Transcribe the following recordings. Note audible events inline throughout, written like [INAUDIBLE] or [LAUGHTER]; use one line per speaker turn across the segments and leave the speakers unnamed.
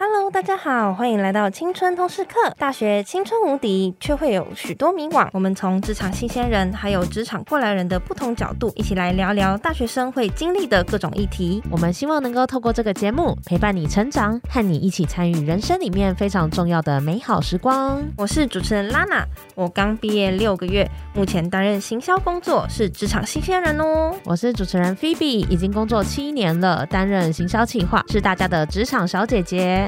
Hello，大家好，欢迎来到青春通识课。大学青春无敌，却会有许多迷惘。我们从职场新鲜人，还有职场过来人的不同角度，一起来聊聊大学生会经历的各种议题。
我们希望能够透过这个节目陪伴你成长，和你一起参与人生里面非常重要的美好时光。
我是主持人 Lana，我刚毕业六个月，目前担任行销工作，是职场新鲜人哦。
我是主持人 Phoebe，已经工作七年了，担任行销企划，是大家的职场小姐姐。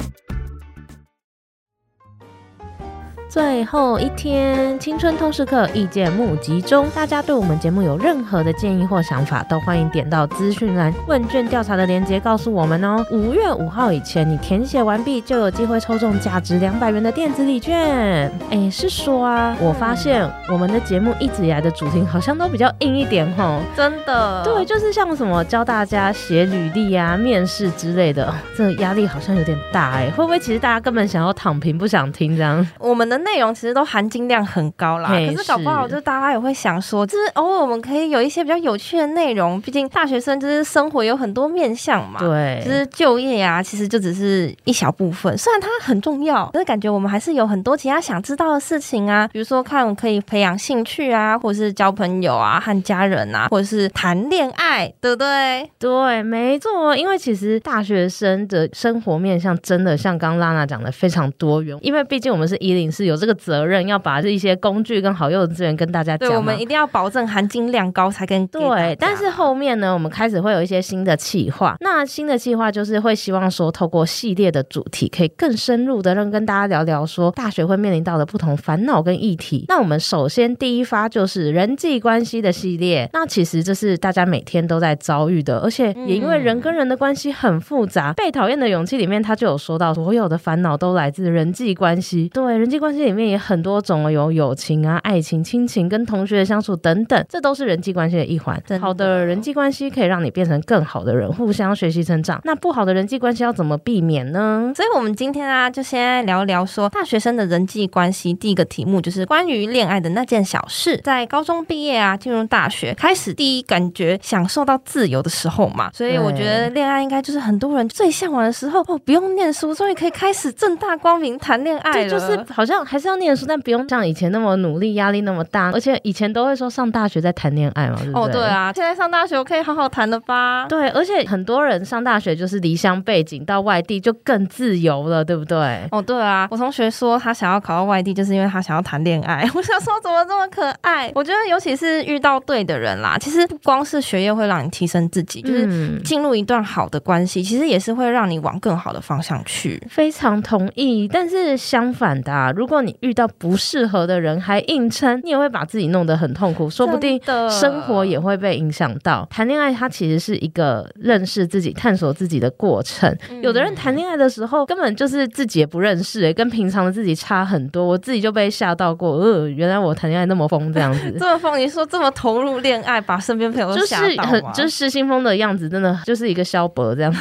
最后一天，青春通识课意见募集中，大家对我们节目有任何的建议或想法，都欢迎点到资讯栏问卷调查的链接告诉我们哦。五月五号以前，你填写完毕就有机会抽中价值两百元的电子礼券。哎，是说啊，我发现我们的节目一直以来的主题好像都比较硬一点吼。
真的，
对，就是像什么教大家写履历啊、面试之类的，哦这个压力好像有点大哎、会不会其实大家根本想要躺平，不想听
[LAUGHS]
这样？
我们的内容其实都含金量很高啦，
嘿
可是搞不好
是
就是大家也会想说，就是偶尔我们可以有一些比较有趣的内容，毕竟大学生就是生活有很多面向嘛。
对，
就是就业啊，其实就只是一小部分，虽然它很重要，但是感觉我们还是有很多其他想知道的事情啊，比如说看可以培养兴趣啊，或者是交朋友啊，和家人啊，或者是谈恋爱，对不对？
对，没错，因为其实大学生的生活面向真的像刚拉娜讲的非常多元，因为毕竟我们是一零四，有这个责任要把这一些工具跟好用的资源跟大家
对，
讲嘛。
我们一定要保证含金量高才跟给大家
对，但是后面呢，我们开始会有一些新的企划。那新的企划就是会希望说，透过系列的主题，可以更深入的让跟大家聊聊说大学会面临到的不同烦恼跟议题。那我们首先第一发就是人际关系的系列。那其实这是大家每天都在遭遇的，而且也因
嗯
为人跟人的关系很复杂，被讨厌的勇气》里面他就有说到，所有的烦恼都来自人际关系。对，人际关系里面也很多种哦，有友情啊、爱情、亲情、跟同学的相处等等，这都是人际关系的一环
真。的
好的人际关系可以让你变成更好的人，互相学习成长。那不好的人际关系要怎么避免呢？
所以，我们今天啊，就先来聊聊说大学生的人际关系。第一个题目就是关于恋爱的那件小事。在高中毕业啊，进入大学，开始第一感觉享受到自由的时候
嗯
嘛，所以我觉得恋爱应该就是很多人最向往的时候哦，不用念书，终于可以开始正大光明谈恋爱
对，
了。
就是好像还是要念书，但不用像以前那么努力，压力那么大。而且以前都会说上大学在谈恋爱嘛，对不对？
哦，对啊，现在上大学我可以好好谈了吧？
对，而且很多人上大学就是离乡背景到外地就更自由了，对不对？
[LAUGHS] 哦，对啊，我同学说他想要考到外地，就是因为他想要谈恋爱。 [LAUGHS] 我想说，怎么这么可爱？我觉得，尤其是遇到对的人啦，其实不光是学业会让你提升自己，就是
嗯，
进入一段好的关系，其实也是会让你往更好的方向去。
非常同意。但是相反的、啊，如果你遇到不适合的人还硬撑，你也会把自己弄得很痛苦，说不定。
真的
生活也会被影响到。谈恋爱它其实是一个认识自己、探索自己的过程。
嗯
有的人谈恋爱的时候根本就是自己也不认识、欸，跟平常的自己差很多。我自己就被吓到过，呃，原来我谈恋爱那么疯这样子。
这么疯，你说这么投入恋爱，把身边朋友都
就是
吓到啊
很
吗？
就是失心疯的样子，真的就是一个萧
[LAUGHS]
伯这样。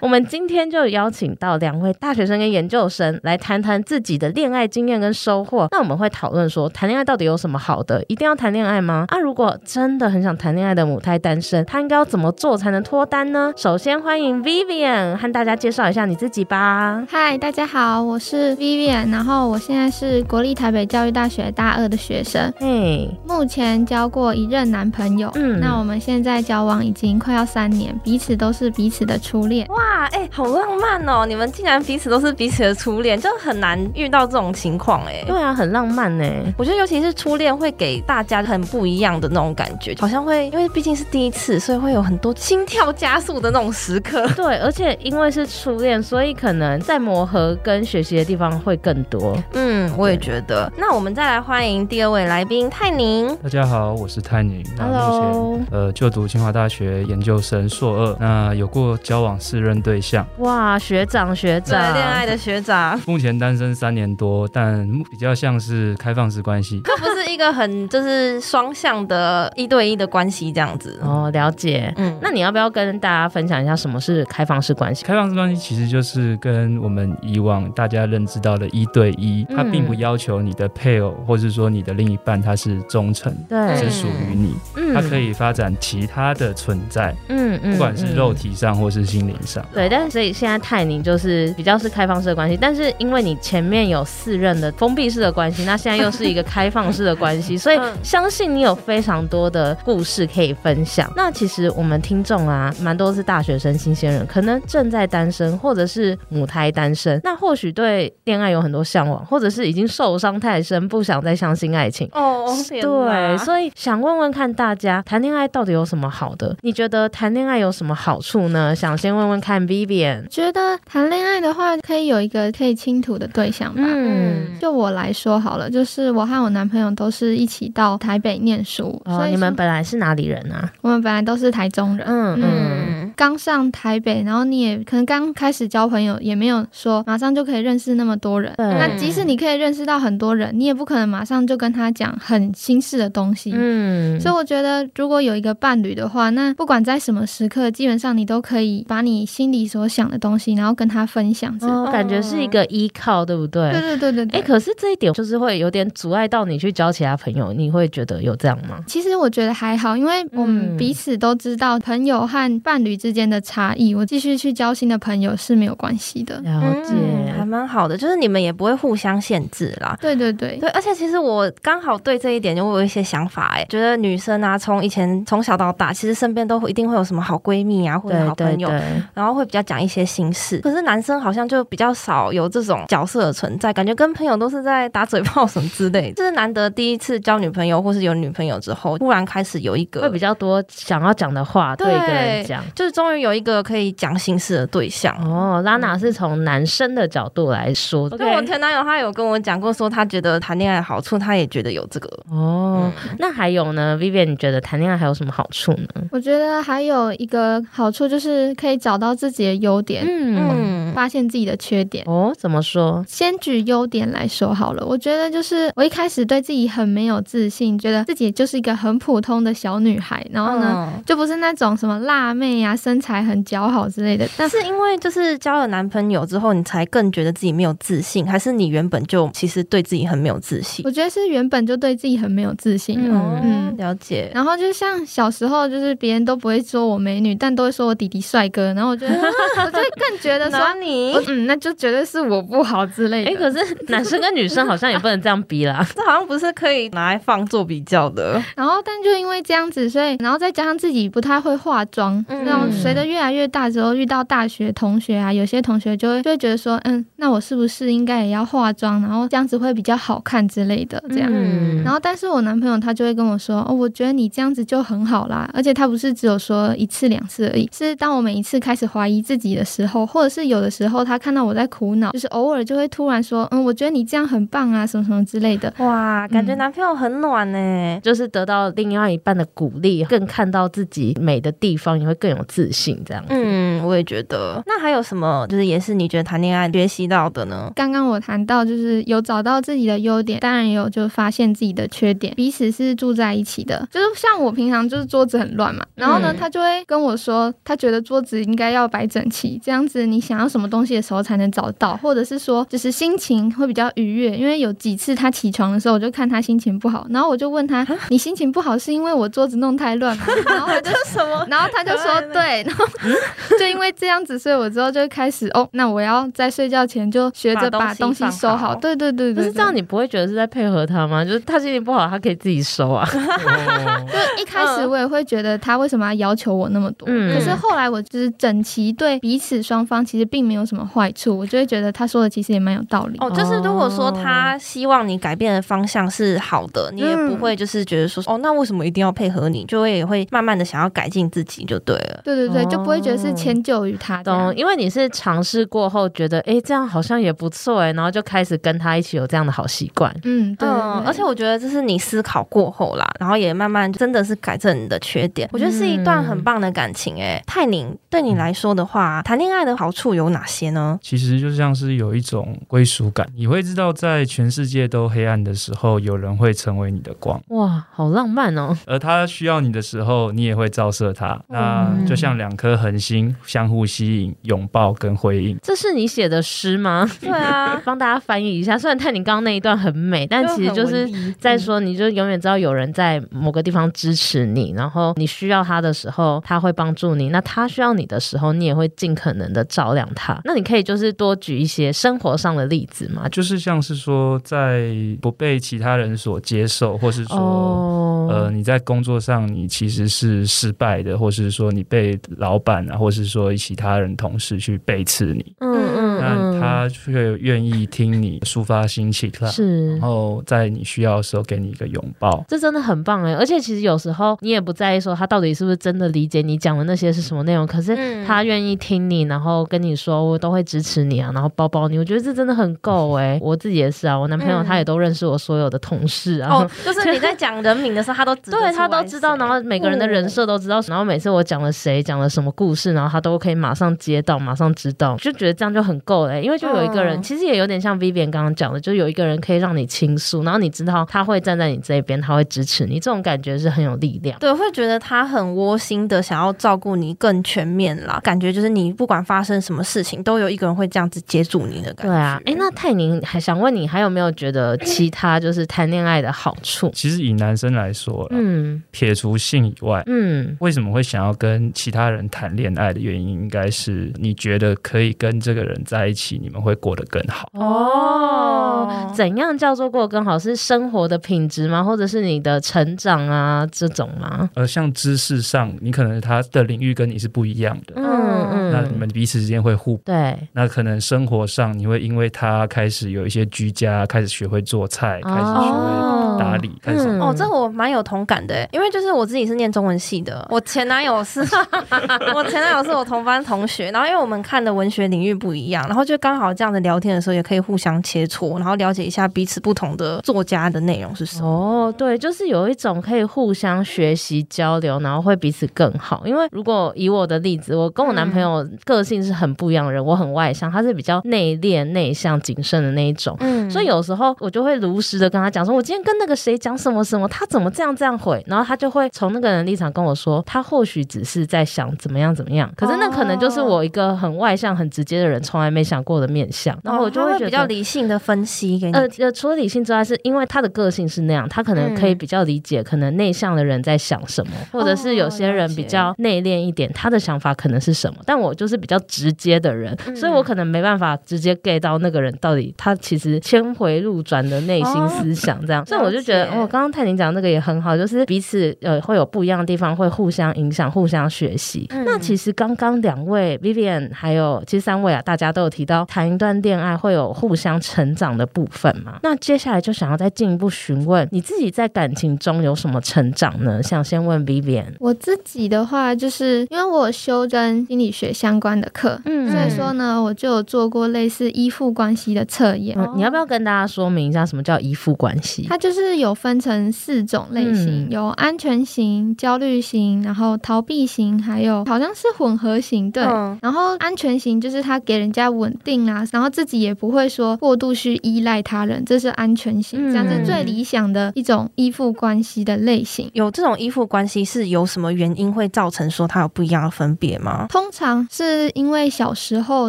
我们今天就邀请到两位大学生跟研究生来谈谈自己的恋爱经验跟收获。那我们会讨论说，谈恋爱到底有什么好的？一定要谈恋爱吗？啊，如果真的很想谈恋爱的母胎单身，他应该要怎么做才能脱单呢？首先欢迎 Vivian 和大家介绍一下你自己吧。
嗨，大家好，我是 Vivian，然后我现在是国立台北教育大学大二的学生，
嘿，
目前交过一任男朋友，
嗯
那我们现在交往已经快要三年，彼此都是彼此的初恋。
哇，哎、好浪漫哦！你们竟然彼此都是彼此的初恋，就很难遇到这种情况哎、
对啊，很浪漫呢、
我觉得尤其是初恋会给大家很不一样的那种感觉，好像会因为毕竟是第一次，所以会有很多心跳加速的那种时刻。
对，而且因为是初恋，所以可能在磨合跟学习的地方会更多。
[LAUGHS] 嗯，我也觉得。那我们再来欢迎第二位来宾泰宁。
大家好，我是泰宁。那目
Hello，
前呃就读清华大学研究生硕二，那有过交往四任对象，
哇，学长学
对，
长，
恋爱的学长，
目前单身三年多，但比较像是开放式关系。
这不是一个很就是双向的一对一的关系这样子。
哦，了解。
嗯，
那你要不要跟大家分享一下什么是开放式关系？
开放式关系其实就是跟我们以往大家认知到的一对一，它
嗯
并不要求你的配偶或是说你的另一半他是忠诚，
对
是，属于你，
嗯
它可，以发展其他的存在，
嗯嗯
不管是肉
体。
体上或是心灵
[LAUGHS]
上。
对，但是所以现在泰宁就是比较是开放式的关系，但是因为你前面有四任的封闭式的关系，那现在又是一个开放式的关系，所以
嗯
相信你有非常多的故事可以分享。那其实我们听众啊，蛮多是大学生、新鲜人，可能正在单身或者是母胎单身，那或许对恋爱有很多向往，或者是已经受伤太深，不想再相信爱情。
哦，天哪
对，所以想问问看大家，谈恋爱到底有什么好的？你觉得谈恋爱有什么好处呢？想先问问看 Vivian。
觉得谈恋爱的话，可以有一个可以倾吐的对象吧。
嗯，
就我来说好了，就是我和我男朋友都是一起到台北念书，所
哦，
以
你们
说
本来是哪里人啊？
我们本来都是台中人。
嗯嗯，
嗯，
刚上台北，然后你也可能刚开始交朋友，也没有说马上就可以认识那么多人。
对
那即使你可以认识到很多人，你也不可能马上就跟他讲很新式的东西。
嗯，
所以我觉得，如果有一个伴侣的话，那不管在什么时刻，基本上你都可以把你心里所想的东西，然后跟他分享。这
哦，感觉是一个依靠，对不对？
对对对对
哎、
对。
可是这一点就是会有点阻碍到你去交其他朋友，你会觉得有这样吗？
其实我觉得还好，因为我
嗯
们彼此都知道朋友和伴侣之间的差异，我继续去交新的朋友是没有关系的。
了解，
嗯还蛮好的，就是你们也不会互相限制啦。
对对对，
对，而且其实我刚好对这一点就我有一些想法哎、觉得女生啊，从以前从小到大，其实身边都会一定会有什么好闺蜜啊，或者好
对
朋
对
友，
对，
然后会比较讲一些心事。可是男生好像就比较少有这种角色的存在，感觉跟朋友都是在打嘴炮什么之类的。就是 [LAUGHS] 难得第一次交女朋友或是有女朋友之后，突然开始有一
会
个
[LAUGHS] 比。较多想要讲的话对一个人
对
讲。
就是终于有一个可以讲心事的对象。
哦，拉娜是从男生的角度来说，
对我
OK
前男友，他有跟我讲过，说他觉得谈恋爱的好处，他也觉得有这个。
哦，那还有呢，Vivian，你觉得谈恋爱还有什么好处呢？
我觉得还有一个好处就是可以找到自己的优点，
嗯，
嗯，
发现自己的缺点。
哦，怎么说？
先举优点来说好了，我觉得就是我一开始对自己很没有自信，觉得自己就是一个很普通的小女孩，然后呢，
嗯
就不是那种什么辣妹啊，身材很姣好之类的。但是
是因为就是交了男朋友之后，你才更觉得自己没有自信，还是你原本就其实对自己很没有自信？
我觉得是原本就对自己很没有自信啊。
嗯
嗯，了解。
然后就像小时候，就是别人都不会说我美女，但都会说我弟弟帅哥，然后我就 [LAUGHS] 我就会更
[LAUGHS]
觉得说，
哪里
我？嗯，那就绝对是我不好之类的。
哎、可是
[LAUGHS]
男生跟女生好像也不能这样比啦。
这好像不是可以拿来放做比较的。
然后，但就因为这样子，所以然后再加上自己不太会化妆，
嗯
那种随着越来越大之后，遇到大学同学啊，有些同学就会就会觉得说，嗯，那我是不是应该也要化妆，然后这样子会比较好看之类的， [LAUGHS] 这样。
嗯
然后，但是我男朋友他就会跟我说，哦，我觉得你这样子就很好啦，而且他不是只有说一次两次而已，是当我每一次开始怀疑自己的时候，或者是有的时候他看到我在苦恼，就是偶尔就会突然说，嗯，我觉得你这样很棒啊，什么什么之类的，
[LAUGHS] 哇，感觉
嗯
男朋友很暖呢、
就是得到另外一半的鼓励，更看到自己美的地方，也会更有自信。这样，
嗯，我也觉得。那还有什么就是也是你觉得谈恋爱学习到的呢？
刚刚我谈到，就是有找到自己的优点，当然也有就发现自己的缺点，彼此是住在一起的。就是像我平常就是桌子很乱嘛，然后呢，
嗯
他就会跟我说，他觉得桌子应该要摆整齐，这样子你想要什么东西的时候才能找到，或者是说就是心情会比较愉悦。因为有几次他起床的时候，我就看他心情不好，然后我就问他，你心情不好是因为我桌子弄太乱吗？然后他就
什么？
[LAUGHS] 然后他就说对，然后 [LAUGHS] 就因为这样子，所以我之后就开始哦，那我要在睡觉前就学着把
把东
东
西
西收
放
好。
好
对对对
可
对，
是这样，
对
你不会觉得是在配合他吗？就是他心情不好，他可以自己收啊。
哦
就一开始我也会觉得他为什么要要求我那么多，
嗯
可是后来我就是整齐对彼此双方其实并没有什么坏处，我就会觉得他说的其实也蛮有道理。
[LAUGHS] 哦，就是如果说他希望你改变的方向是好的，你也不会就是觉得说、哦，那为什么一定要配合你？就会也会慢慢的想要改进自己就对了。
对对对，就不会觉得是
哦
迁就于他这样。
懂，因为你是尝试过后觉得，哎、这样好像也不错哎、然后就开始跟他一起有这样的好习惯。
嗯，对对
嗯，
对
而且我觉得这是你思考过后啦，然后也慢慢真的是改正你的缺嗯欸点，我觉得是一段很棒的感情诶、泰宁，对你来说的话，谈恋爱的好处有哪哪些呢？
其实就像是有一种归属感，你会知道在全世界都黑暗的时候，有人会成为你的光，
哇，好浪漫哦！
而他需要你的时候，你也会照射他。
嗯
那就像两颗恒星相互吸引、拥抱跟辉映。
这是你写的诗吗？
[LAUGHS] 对 [LAUGHS] 啊，
帮大家翻译一下。虽然看你刚刚那一段很嗯美，但其实就是在说，你就永远知道有人在某个地方支持你，然后你需要他的时候，他会帮助你；那他需要你的时候，你也会尽可能的照亮他。那你可以就是多举一些生活上的例子嘛？
就是像是说，在不被其他人所接受，或是说，
哦
呃，你在工作上你其实是失败的，或是说你被老板啊，或是说其他人同事去背刺你，
嗯
那他却愿意听你抒发心情啦，
是
然。后在你需要的时候给你一个拥抱。
这真的很棒哎！而且其实有时候你也不在意说他到底是不是真的理解你讲的那些是什么内容，可是
嗯
他愿意听你，然后跟你说我都会支持你啊，然后抱抱你，我觉得这真的很够哎！我自己也是啊，我男朋友
嗯
他也都认识我所有的同事啊。 [LAUGHS]
哦，就是你在讲人名的时候，他都指 [LAUGHS] 得
对
出
他都
来
知道，
谁
然后每个人的人设都知道，然后每次我讲了谁讲了什么故事，然后他都可以马上接到，马上知道，就觉得这样就很够欸了。因为就有一个人，
嗯
其实也有点像 Vivian 刚刚讲的，就有一个人可以让你倾诉，然后你知道他会站在你这边，他会支持你，这种感觉是很有力量。
对，会觉得他很窝心的想要照顾你更全面啦，感觉就是你不管发生什么事情，都有一个人会这样子接住你的感
对
觉。
啊，哎，那泰宁还想问你，还有没有觉得其他就是谈恋爱的好处？
其实以男生来说啦，
嗯
撇除性以外，
嗯，
为什么会想要跟其他人谈恋爱的原因，应该是你觉得可以跟这个人在一起，你们会过得更好。
哦，
哦，
怎样叫做过得更好？是生活的品质吗？或者是你的成长啊这种吗？
而像知识上，你可能他的领域跟你是不一样的，
嗯
那
嗯，
你们彼此之间会互补。
对
那可能生活上，你会因为他开始有一些居家，开始学会做菜，开始学会
哦
打理，开始
嗯
哦，这个我蛮有同感的，欸因为就是我自己是念中文系的，我前男友是， [LAUGHS] 我前男友是我同班同学，然后因为我们看的文学领域不一样，然后就刚好这样子聊天的时候，也可以互相切磋，然后了解一下彼此不同的作家的内容是什么。
哦，对，就是有一种可以互相学习交流，然后会彼此更好。因为如果以我的例子，我跟我男朋友个性是很不一样的人，我很外向，他是比较内敛、内向、谨慎的那一种。
嗯
所以有时候我就会如实的跟他讲说，我今天跟那个谁讲什么什么，他怎么这样这样回，然后他就会从那个人立场跟我说，他或许只是在想怎么样怎么样，可是那可能就是
哦
我一个很外向、很直接的人从来没想过的面相，然后我就
哦他会
会觉得
比较理性的分析给你
呃呃，除了理性之外，是因为他的个性是那样，他可能可以
嗯
比较理解，可能内向的人在想什么，或者是
哦
有些人比较内敛一点，他的想法可能是什么。但我就是比较直接的人，所以
嗯
我可能没办法直接 get 到那个人到底他其实千回路转的内心思想这样。所以我就觉得，
哦了解
哦，刚刚泰宁讲那个也很好，就是彼此呃会有不一样的地方，会互相影响，互相学习。
嗯
那其实刚刚两位 Vivian 还有其实三位啊，大家都有提到谈一段恋爱会有互相成长的部分嘛。那接下来就想要再进一步询问你自己在感情中有什么成长呢？想先问 Vivian。
我自己的话，就是因为我有修跟心理学相关的课，
嗯
所以说呢，我就有做过类似依附关系的测验。
嗯你要不要跟大家说明一下什么叫依附关系？
它就是有分成四种类型，
嗯
有安全型、焦虑型，然后逃避型，还有好像是混合型，对。
嗯
然后安全型就是它给人家稳定啊，然后自己也不会说过度去依赖他人，这是安全
嗯
型，这样是最理想的一种依附关系的类型。
有这种依附关系是有什么原因会造成说它有不一样的分别吗？
通常是因为小时候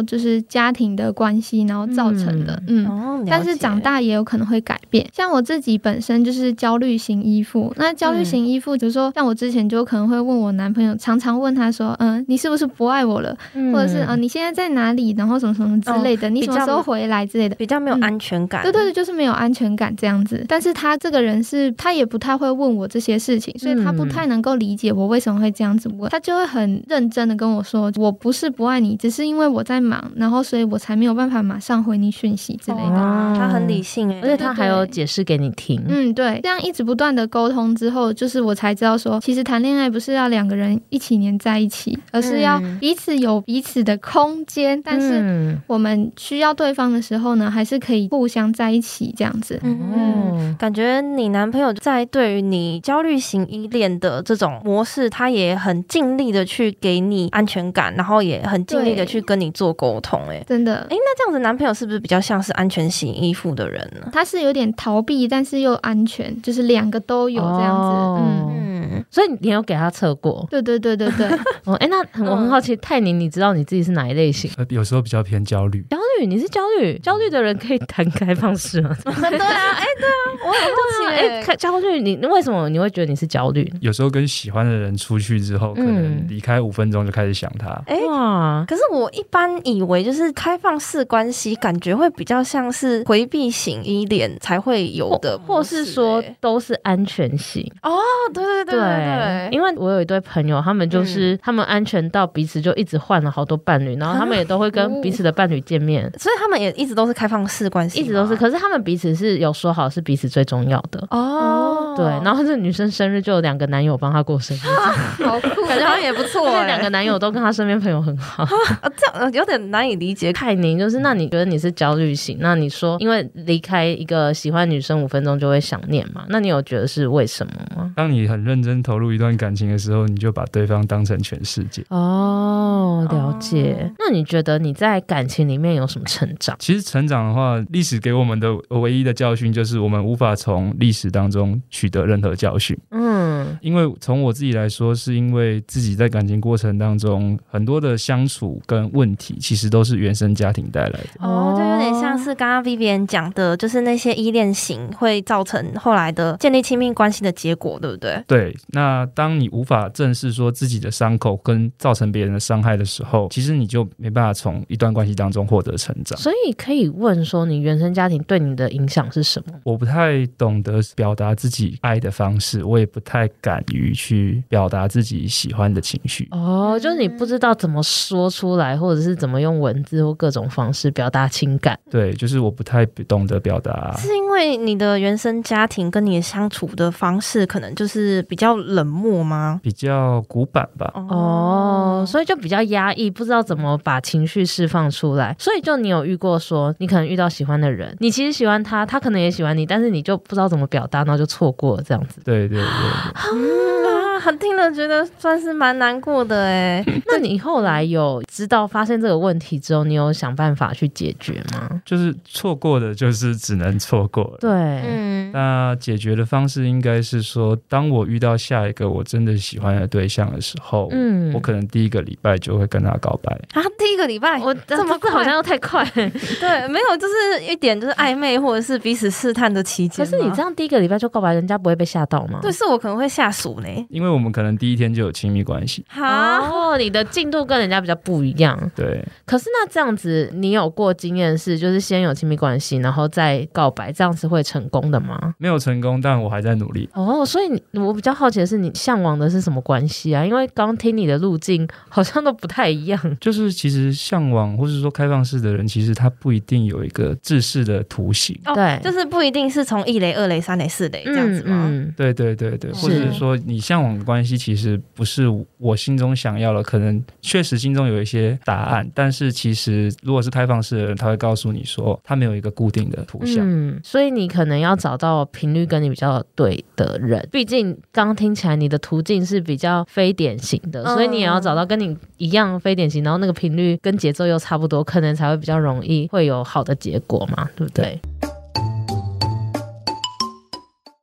就是家庭的关系，然后造成的，嗯。
哦，
但是长大也有可能会改变。像我自己本身就是焦虑型依附，那焦
嗯
虑型依附，比如说像我之前就可能会问我男朋友，常常问他说，嗯，你是不是不爱我了？或者是嗯、呃你现在在哪里？然后什么什么之类的，你什么时候回来之类的。
比哦较没有
嗯
安全感。
对对对，就是没有安全感这样子。但是他这个人是，他也不太会问我这些事情，所以他不
嗯
太能够理解我为什么会这样子问。他就会很认真的跟我说，我不是不爱你，只是因为我在忙，然后所以我才没有办法马上回你讯息之类的。
哦他很理性哎、
而且他还有
对对对
解释给你听。
嗯嗯，对，这样一直不断的沟通之后，就是我才知道说，其实谈恋爱不是要两个人一起黏在一起，而是要
嗯
彼此有彼此的空间，但是
嗯
我们需要对方的时候呢，还是可以互相在一起这样子。
嗯。
哦
感觉你男朋友在对于你焦虑型依恋的这种模式，他也很尽力的去给你安全感，然后也很尽力的
对
去跟你做沟通、欸。
真的
哎，，那这样子男朋友是不是比较像是安全型依附的人呢？
他是有点逃避，但是又安全，就是两个都有这样子。
哦
嗯，
嗯，
所以你有给他测过
对对对对对，
哦？哎、那很
嗯
我很好奇，泰宁，你知道你自己是哪一类型？
呃，有时候比较偏焦虑。
焦虑，你是焦虑，焦虑的人可以谈开放式吗？
[LAUGHS] 对啊，哎，对啊，我很好 [LAUGHS] 奇、
哎、
欸，
开焦虑，你你为什么你会觉得你是焦虑？
有时候跟喜欢的人出去之后，可能
嗯
离开五分钟就开始想他。
哎
哇，
可是我一般以为就是开放式关系，感觉会比较像是回避型依恋才会有
或
的模
或
式欸，
是说都是安全性，
哦，对对对对嗯对，
因为我有一对朋友，他们就是、他们安全到彼此就一直换了好多伴侣，然后他们也都会
啊
跟彼此的伴侣见面，
所以他们也一直都是开放式关系吗，
一直都是，可是他们彼此是有说好是彼此最重要的。
哦，
对，然后这女生生日就有两个男友帮她过生日，
好
[LAUGHS]
酷，
感觉哦好像也不错
这
哎、
两个男友都跟她身边朋友很好。 [LAUGHS]
啊，这样呃有点难以理解。
泰宁就是，那你觉得你是焦虑型？那你说因为离开一个喜欢女生五分钟就会想念嘛？那你有觉得是为什么吗？
当你很认真投入一段感情的时候，你就把对方当成全世界。
哦，了解。
哦
那你觉得你在感情里面有什么成长？
其实成长的话，历史给我们的唯一的教训就是，我们无法从历史当中取得任何教训。
嗯
因为从我自己来说，是因为自己在感情过程当中很多的相处跟问题，其实都是原生家庭带来的。
哦，就有点像是刚刚 Vivian 讲的，就是那些依恋型会造成后来的建立亲密关系的结果，对不对？
对，那当你无法正视说自己的伤口跟造成别人的伤害的时候，其实你就没办法从一段关系当中获得成长。
哦所以可以问说，你原生家庭对你的影响是什么？
我不太懂得表达自己爱的方式，我也不太敢于去表达自己喜欢的情绪。
哦，就是你不知道怎么说出来，或者是怎么用文字或各种方式表达情感。
对，就是我不太懂得表达。
是因为你的原生家庭跟你的相处的方式，可能就是比较冷漠吗？
比较古板吧，
哦，所以就比较压抑，不知道怎么把情绪释放出来。所以就你有遇过说，你可能遇到喜欢的人，你其实喜欢他，他可能也喜欢你，但是你就不知道怎么表达，然后就错过了这样子。
对对对对
啊，很听了觉得算是蛮难过的哎。
[LAUGHS] 那你后来有知道发现这个问题之后，你有想办法去解决吗？
就是错过的，就是只能错过了。
对，
嗯，
那解决的方式应该是说，当我遇到下一个我真的喜欢的对象的时候，
嗯
我可能第一个礼拜就会跟他告白。
啊，第一个礼拜，
我
这么
哎这
快
好像又太快。
对，没有，就是一点就是暧昧或者是彼此试探的期
可
间吗。
是你这样第一个礼拜就告白，人家不会被吓到吗？
对，是我可能会下属呢。
因为我们可能第一天就有亲密关系，
好，
哦，你的进度跟人家比较不一样。
对，
可是那这样子，你有过经验是，就是先有亲密关系，然后再告白，这样子会成功的吗？
没有成功，但我还在努力。
哦，所以你我比较好奇的是，你向往的是什么关系啊？因为刚听你的路径好像都不太一样。
就是其实向往或是说开放式的人，其实他不一定有一个制式的图形。
哦
[LAUGHS] 对，
就是不一定是从一雷、二雷、三雷、四雷这样子吗？
嗯
对对对对，
是
或者是说你向往的关系，其实不是我心中想要的，可能确实心中有一些答案，但是其实如果是开放式的人，他会告诉你说他没有一个固定的图像。
嗯，所以你可能要找到频率跟你比较对的人，毕竟刚听起来你的途径是比较非典型的，
嗯
所以你也要找到跟你一样非典型，然后那个频率跟节奏又差不多，可能才会比较容易会有好的结果嘛，对不对？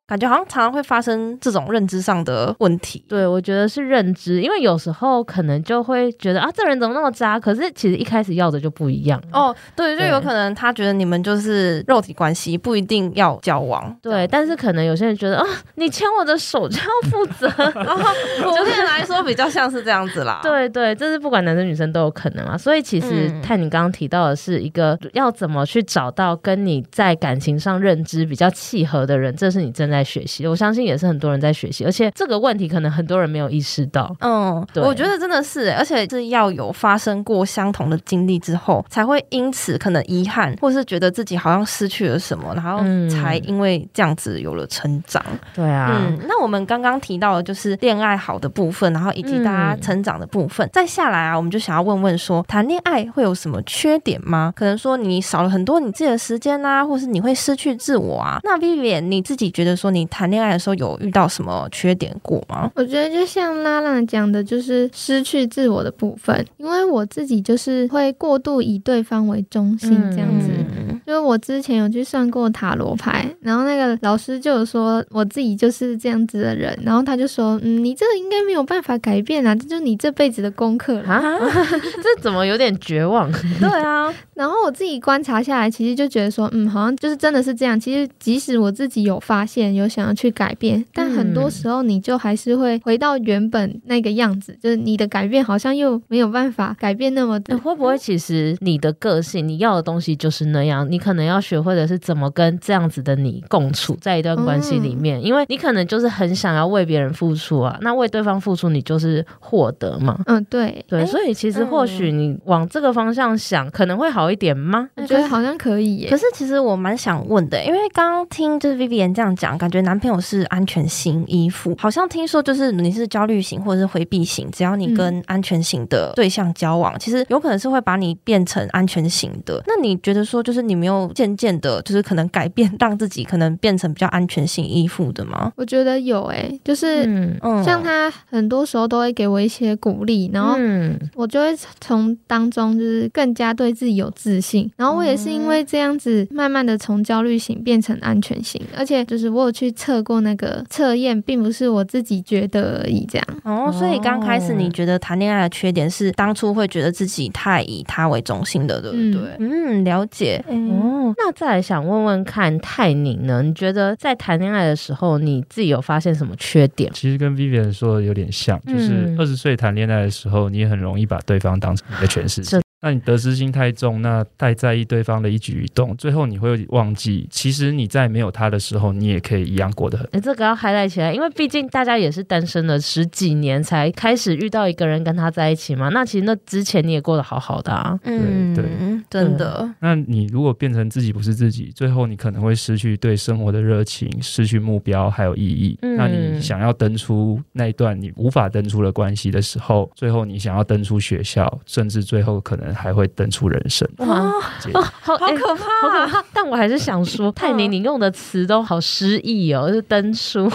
感觉好像常常会发生这种认知上的问题。
对，我觉得是认知，因为有时候可能就会觉得啊，这人怎么那么渣？可是其实一开始要的就不一样。
哦，对，就
对
有可能他觉得你们就是肉体关系，不一定要交 [LAUGHS] 往。
对，但是可能有些人觉得啊，你牵我的手就要负责， [LAUGHS]
然后哦普遍来说比较像是这样子啦。，
对对，这是不管男生女生都有可能啊。所以其实
嗯
看你刚刚提到的是一个要怎么去找到跟你在感情上认知比较契合的人，这是你正在在学习，我相信也是很多人在学习，而且这个问题可能很多人没有意识到。
嗯，
对
我觉得真的是，而且是要有发生过相同的经历之后，才会因此可能遗憾，或是觉得自己好像失去了什么，然后
嗯
才因为这样子有了成长。
对啊
嗯，那我们刚刚提到的就是恋爱好的部分，然后以及大家成长的部分。再下来啊，我们就想要问问说，谈恋爱会有什么缺点吗？可能说你少了很多你自己的时间啊，或是你会失去自我啊。那 Vivian 你自己觉得说，你谈恋爱的时候有遇到什么缺点过吗？
我觉得就像拉拉讲的，就是失去自我的部分，因为我自己就是会过度以对方为中心这样子。
嗯
就是我之前有去算过塔罗牌，然后那个老师就有说我自己就是这样子的人，然后他就说，嗯，你这个应该没有办法改变啊，这就是你这辈子的功课了。
啊， [LAUGHS] 这怎么有点绝望？
对啊，
然后我自己观察下来，其实就觉得说，嗯，好像就是真的是这样。其实即使我自己有发现，有想要去改变，但很多
嗯
时候你就还是会回到原本那个样子，就是你的改变好像又没有办法改变那么
欸
嗯
多。
会不会其实你的个性，你要的东西就是那样，你可能要学会的是怎么跟这样子的你共处在一段关系里
嗯
面，因为你可能就是很想要为别人付出啊，那为对方付出，你就是获得嘛。
嗯，对，
对，
欸
所以其实或许
嗯
你往这个方向想，可能会好一点吗？
我觉得好像可以耶
哎可。是其实我蛮想问的，因为刚刚听就是 Vivian 这样讲，感觉男朋友是安全型依附，好像听说就是你是焦虑型或者是回避型，只要你跟安全型的对象交往，其实有可能是会把你变成安全型的。那你觉得说，就是你没有渐渐的，就是可能改变，让自己可能变成比较安全型依附的吗？
我觉得有诶，就是
嗯，
嗯，
像他很多时候都会给我一些鼓励，然后
嗯
我就会从当中就是更加对自己有自信，然后我也是因为这样子，慢慢的从焦虑型变成安全型，而且就是我有去测过那个测验，并不是我自己觉得而已，这样
哦，所以刚开始你觉得谈恋爱的缺点是当初会觉得自己太以他为中心的，对不对？嗯了解。嗯
哦，那再来想问问看泰宁呢？你觉得在谈恋爱的时候，你自己有发现什么缺点吗？
其实跟 Vivian 说的有点像，就是
嗯
二十岁谈恋爱的时候，你也很容易把对方当成你的全世界
这。
那你得失心太重，那太在意对方的一举一动，最后你会忘记，其实你在没有他的时候，你也可以一样过得很。
哎，这个要 highlight 起来，因为毕竟大家也是单身了十几年才开始遇到一个人跟他在一起嘛。那其实那之前你也过得好好的啊。
嗯，
对
真的。
那你如果变成自己不是自己，最后你可能会失去对生活的热情，失去目标还有意义。
嗯
那你想要登出那一段你无法登出的关系的时候，最后你想要登出学校，甚至最后可能还会登出人生。
哇，
结
哦，好，
好
诶
可怕、嗯
好可怕！但我还是想
[LAUGHS]
说，泰宁，你用的词都好诗意哦，就是登书，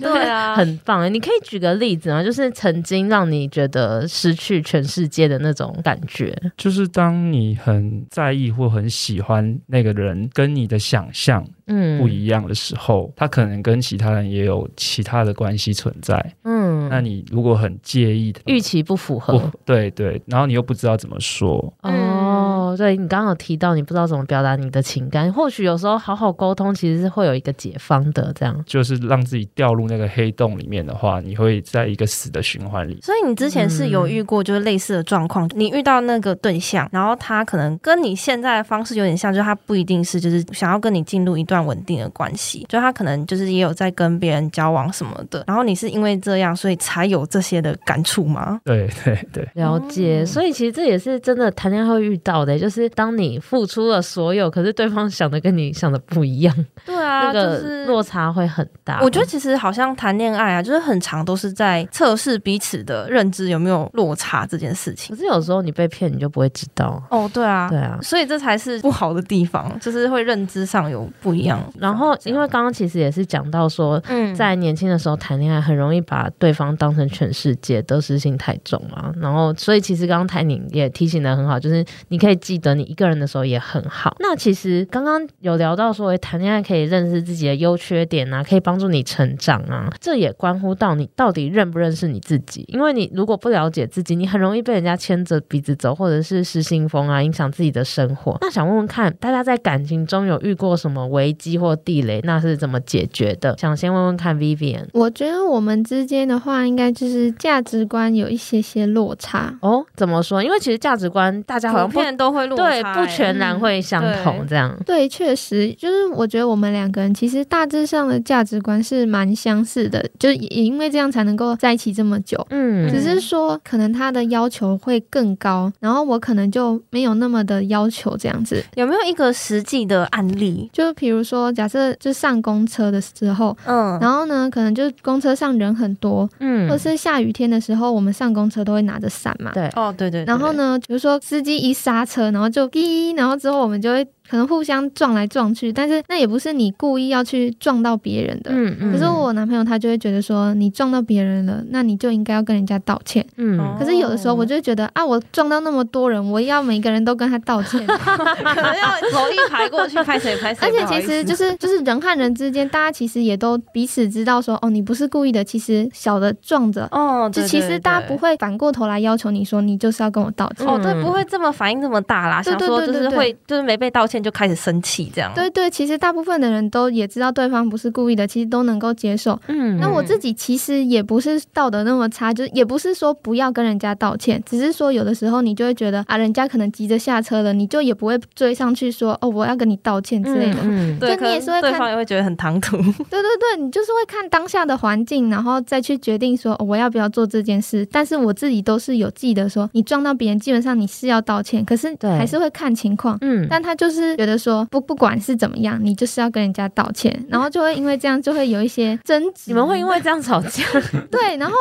对 [LAUGHS] 啊，
很棒诶。你可以举个例子吗？就是曾经让你觉得失去全世界的那种感觉。
就是当你很在意或很喜欢那个人，跟你的想象
嗯，
不一样的时候，他可能跟其他人也有其他的关系存在。
嗯，
那你如果很介意他，
预期不符合。
不对对，然后你又不知道怎么说，
嗯
哦，对你刚刚有提到，你不知道怎么表达你的情感，或许有时候好好沟通其实是会有一个解放的，这样。
就是让自己掉入那个黑洞里面的话，你会在一个死的循环里。
所以你之前是
嗯
有遇过就是类似的状况，你遇到那个对象，然后他可能跟你现在的方式有点像，就是他不一定是就是想要跟你进入一段稳定的关系，就他可能就是也有在跟别人交往什么的，然后你是因为这样，所以才有这些的感触吗？
对对对，
了解，
哦
所以其实这也是真的谈恋爱会遇到的，欸就是当你付出了所有，可是对方想的跟你想的不一样，
对啊
那个落差会很大。哦
我觉得其实好像谈恋爱啊，就是很长都是在测试彼此的认知有没有落差这件事情
可。是有时候你被骗，你就不会知道。
哦，对啊，
对啊，
所以这才是不好的地方，就是会认知上有不一样。
然后因为刚刚其实也是讲到说，
啊嗯
在年轻的时候谈恋爱，很容易把对方当成全世界，得失心太重啊。然后，所以其实刚刚台宁也提醒的很好，就是你可以记得你一个人的时候也很好。那其实刚刚有聊到说，诶谈恋爱可以认识自己的优缺点啊，可以帮助你成长啊，这也关乎到你到底认不认识你自己。因为你如果不了解自己，你很容易被人家牵着鼻子走，或者是失心疯啊，影响自己的生活。那想问问看，大家在感情中有遇过什么危机或地雷，那是怎么解决的？想先问问看 Vivian。
我觉得我们之间的话，应该就是价值观有一些些落差。
哦，怎么说？因为其实价值观大家好像
普
不
遍都会会落
对，
差
不
欸
全然会相同
对
这样。
对，确实，就是我觉得我们两个人其实大致上的价值观是蛮相似的，就是也也因为这样才能够在一起这么久。
嗯，
只是说，可能他的要求会更高，然后我可能就没有那么的要求这样子。
有没有一个实际的案例？
就比如说，假设就上公车的时候，
嗯，
然后呢，可能就是公车上人很多，
嗯
或是下雨天的时候，我们上公车都会拿着伞嘛。
对，
哦，对对对
然后？呢，比如说司机一刹车，然后就滴，然后之后我们就会可能互相撞来撞去，但是那也不是你故意要去撞到别人的。
嗯嗯
可是我男朋友他就会觉得说，你撞到别人了，那你就应该要跟人家道歉。
嗯
可是有的时候
哦
我就会觉得啊，我撞到那么多人，我要每个人都跟他
[LAUGHS]
道歉。
可能要楼一排过去拍
[LAUGHS]
谁拍谁，
而且
不好
其
意思
实就是就是人和人之间，大家其实也都彼此知道说，哦，你不是故意的，其实小的撞着，
哦，
就
对
其实大家不。会反过头来要求你说你就是要跟我道
对
歉。
对哦，对，
嗯
不会这么反应这么大啦，
对
想
对
说
对
就
对
是
对
会，就是没被道歉就开始生气这样。
对对，其实大部分的人都也知道对方不是故意的，其实都能够接受。
嗯
那我自己其实也不是道德那么差，就是也不是说不要跟人家道歉，只是说有的时候你就会觉得啊，人家可能急着下车了，你就也不会追上去说哦，我要跟你道歉之类的。
嗯嗯
对，
就
可
你也
能
是会
对
看
方也会觉得很唐突。
对对对，你就是会看当下的环境，然后再去决定说、哦我要不要做这件事。但是我自己都是有记得说，你撞到别人，基本上你是要道歉，可是
对
还是会看情况。
嗯
但他就是觉得说，不不管是怎么样，你就是要跟人家道歉，然后就会因为这样就会有一些争执。
你们会因为这样吵架，
对，然后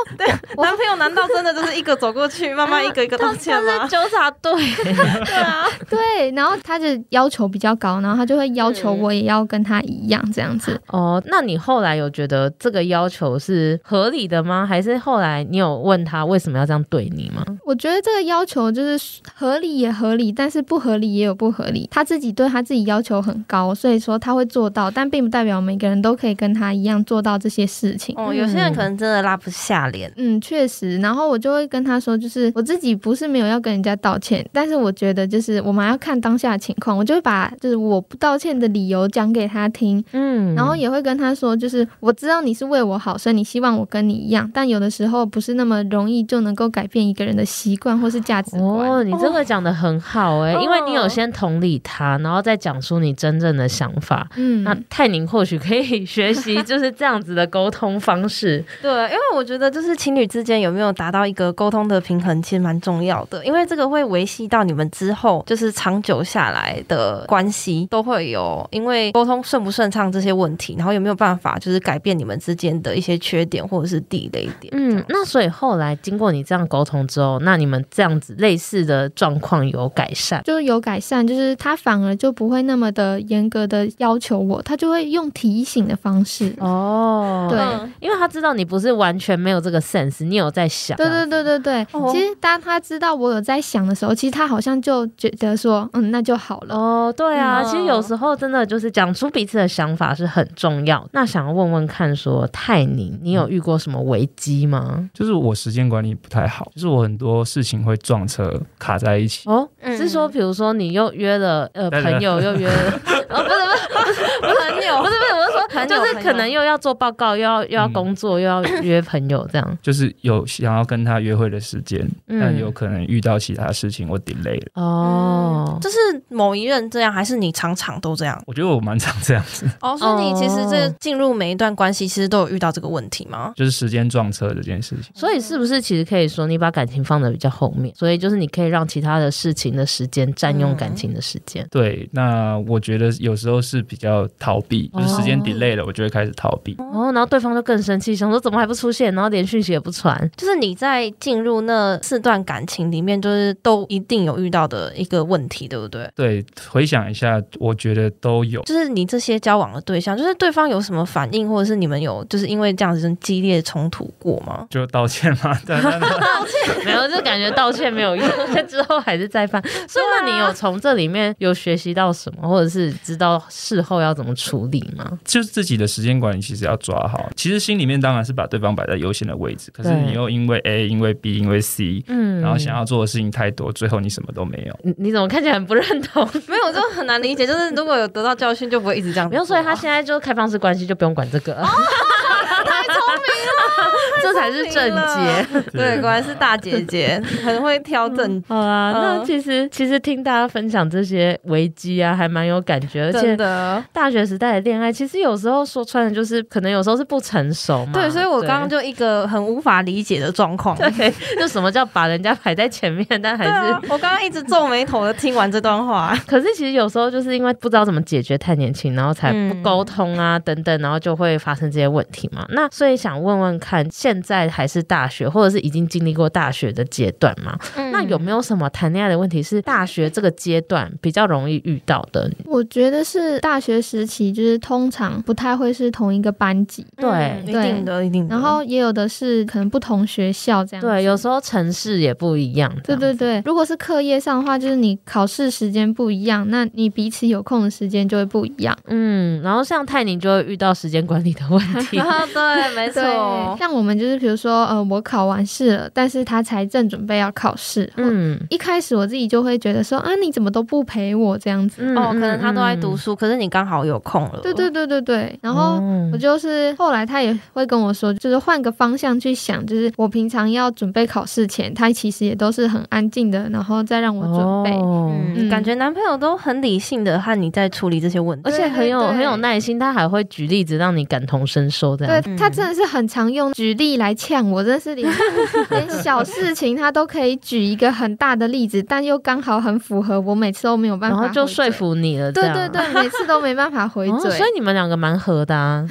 我
男朋友难道真的就是一个走过去，慢
啊
慢一个一个道歉
他
吗
是？纠察 [LAUGHS] 队，
对，然后他的要求比较高，然后他就会要求我也要跟他一样这样子。
哦，那你后来有觉得这个要求是合理的吗？还是后来你有问他为什么要这样对你吗？
我觉得这个要求就是合理也合理，但是不合理也有不合理。他自己对他自己要求很高，所以说他会做到，但并不代表每个人都可以跟他一样做到这些事情。
哦，有些人可能真的拉不下脸。
嗯，确实。然后我就会跟他说，就是我自己不是没有要跟人家道歉，但是我觉得就是我们要看当下的情况，我就会把就是我不道歉的理由讲给他听，
嗯
然后也会跟他说，就是我知道你是为我好，所以你希望我跟你一样，但有的时候不是那么容易就能够改变一个人的习惯或是价值观。
哦，你这个讲的很好哎、
哦
因为你有先同理他，然后再讲出你真正的想法。
嗯，
那泰宁或许可以 [LAUGHS] 学习就是这样子的沟通方式。
对，因为我觉得就是情侣之间有没有达到一个沟通的平衡，其实蛮重要的，因为这个会维系到你们之后就是长久下来的关系都会有，因为沟通顺不顺畅这些问题，然后有没有办法就是改变你们之间的一些缺点或者是地雷点。
嗯，那所以后来经过你这样沟通之后，那你们这样子类似的状况有改善？
就是有改善，就是他反而就不会那么的严格的要求我，他就会用提醒的方
[LAUGHS]
式。
哦
对
嗯
因为他知道你不是完全没有这个 sense，你有在想。
对对对对对，
哦
其实当他知道我有在想的时候，其实他好像就觉得说，嗯，那就好了。
哦，对啊，
嗯
其实有时候真的就是讲出彼此的想法是很重要。那想要问问看说泰宁，你有遇过什么危机吗？
就是我时间管理不太好，就是我很多事情会撞车卡在一起。
哦，
嗯
是说比如说你又约了呃
对对
朋友又约了，哦不是不是
朋友
不是不是，我是说
朋友
就是
朋友
可能又要做报告，又要又要
嗯
工作，又要约朋友这样。
就是有想要跟他约会的时间，
嗯
但有可能遇到其他事情，我 delay 了。
哦，
就是某一任这样，还是你常常都这样？
我觉得我蛮常这样子， [LAUGHS]
哦，所以你其实这
哦
进入每一段关系，其实都有遇到这个问题吗？
就是时间撞车这件事情。
所以是不是其实可以说你把感情放的比较后面，所以就是你可以让其他的事情的时间占用感情的时间。
对，那我觉得有时候是比较逃避，就是时间
哦
delay 了，我就会开始逃避。
哦，然后对方就更生气，想说怎么还不出现，然后连讯息也不传。
就是你在进入那四段感情里面，就是都一定有遇到的一个问题，对不对？
对，回想一下，我觉得都有。
就是你这些交往的对象，就是对方有什么反应，或者是你们有就是因为这样子激烈冲突过吗？
就道歉嘛， [LAUGHS] 对
[LAUGHS]
对对
没有，就感觉道歉没有用， [LAUGHS] 之后还是再犯。所以，那你
啊
有从这里面有学习到什么，或者是知道事后要怎么处理吗？
就是自己的时间管理其实要抓好。其实心里面当然是把对方摆在优先的位置，可是
对
你又因为 A、因为 B、因为 C，
嗯
然后想要做的事情太多，最后你什么都没有。
你你怎么看起来很不认同？
[LAUGHS]
[LAUGHS]
没有，就很难理解。就是如果有得到教训，就不会
啊
一直这样。啊
[LAUGHS] 没有，所以他现在就开放式关系，就不用管这个。哦，太聪明了，这才是正解。
[LAUGHS] 对，果然是大姐 [LAUGHS] 姐，很会挑正，
好啦，那
嗯
其实其实听大家分享这些危机啊，还蛮有感觉，而且
真的。
大学时代的恋爱，其实有时候说穿了就是，可能有时候是不成熟嘛。
嗯对，所以我刚刚
就
就一个很无法理解的状况。对
就什么叫把人家排在前面，但还是、
啊，我刚刚一直皱眉头的听完这段 [LAUGHS] 话。
可是其实有时候就是因为不知道怎么解决太年轻，然后才
嗯
不沟通啊、等等，然后就会发生这些问题嘛。那所以想问问看，现在还是大学，或者是已经经历过大学的阶段嘛？
嗯
那有没有什么谈恋爱的问题是大学这个阶段比较容易遇到的？
我觉得是大学时期，就是通常不太会是同一个班级，
对
嗯一定的，一定的。
然后也有的是可能不同学校这样子。
对，有时候嗯城市也不一样。
对对对，如果是课业上的话，就是你考试时间不一样，那你彼此有空的时间就会不一样。
嗯，然后像泰宁就会遇到时间管理的问
[LAUGHS]
题。
[LAUGHS] 啊，对，没
对，像我们就是比如说，呃，我考完试了，但是他才正准备要考试，嗯，
嗯，
一开始我自己就会觉得说，啊，你怎么都不陪我这样
嗯
子？
哦，可能他都在读
书。
书，可是你刚好有空了。
对对对对对，然后。
哦
我就是后来他也会跟我说，就是换个方向去想，就是我平常要准备考试前，他其实也都是很安静的，然后再让我准备。
哦
嗯，
嗯
感觉男朋友都很理性的和你在处理这些问题
而。且很有
对对对
很有耐心，他还会举例子让你感同身受这样。
对他真的是很常用举例来呛我，真的是连连小事情他都可以举一个很大的例子，但又刚好很符合我每次都没有办
然
法，
后就说。服你了，这
对
样
对对，
[LAUGHS]
每次都没办法回
哦
嘴。
所以你们两个蛮合的
[LAUGHS]
啊。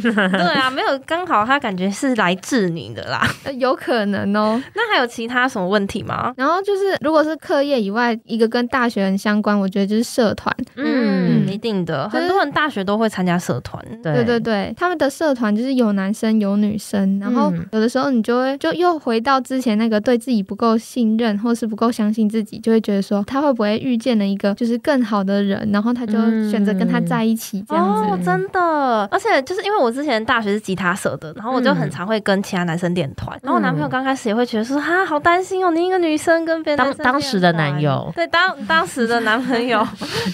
对 [LAUGHS] 啊，没有刚好他感觉是来治你的 [LAUGHS] 啦。
呃有可能哦。
那还有其他什么问题吗？
然后就是，如果是课业以外，一个跟大学很相关，我觉得就是社团。
嗯
嗯，，一定的，
就是
很多人大学都会参加社团。
对
对
对对，他们的社团就是有男生有女生，然后
嗯
有的时候你就会就又回到之前那个对自己不够信任，或是不够相信自己，就会觉得说他会不会遇见了一个就是更好的人，然后他就
嗯
选择跟他在一起这样子。
哦，真的，而且就是因为我之前大学是吉他社的，然后我就
嗯
很常会跟其他男生练团，然后我男朋友刚开始也会觉得说，哈，好担心哦，你一个女生跟别的
当
男生
当时的
练团
男友
对，当当时的男朋
[LAUGHS]
友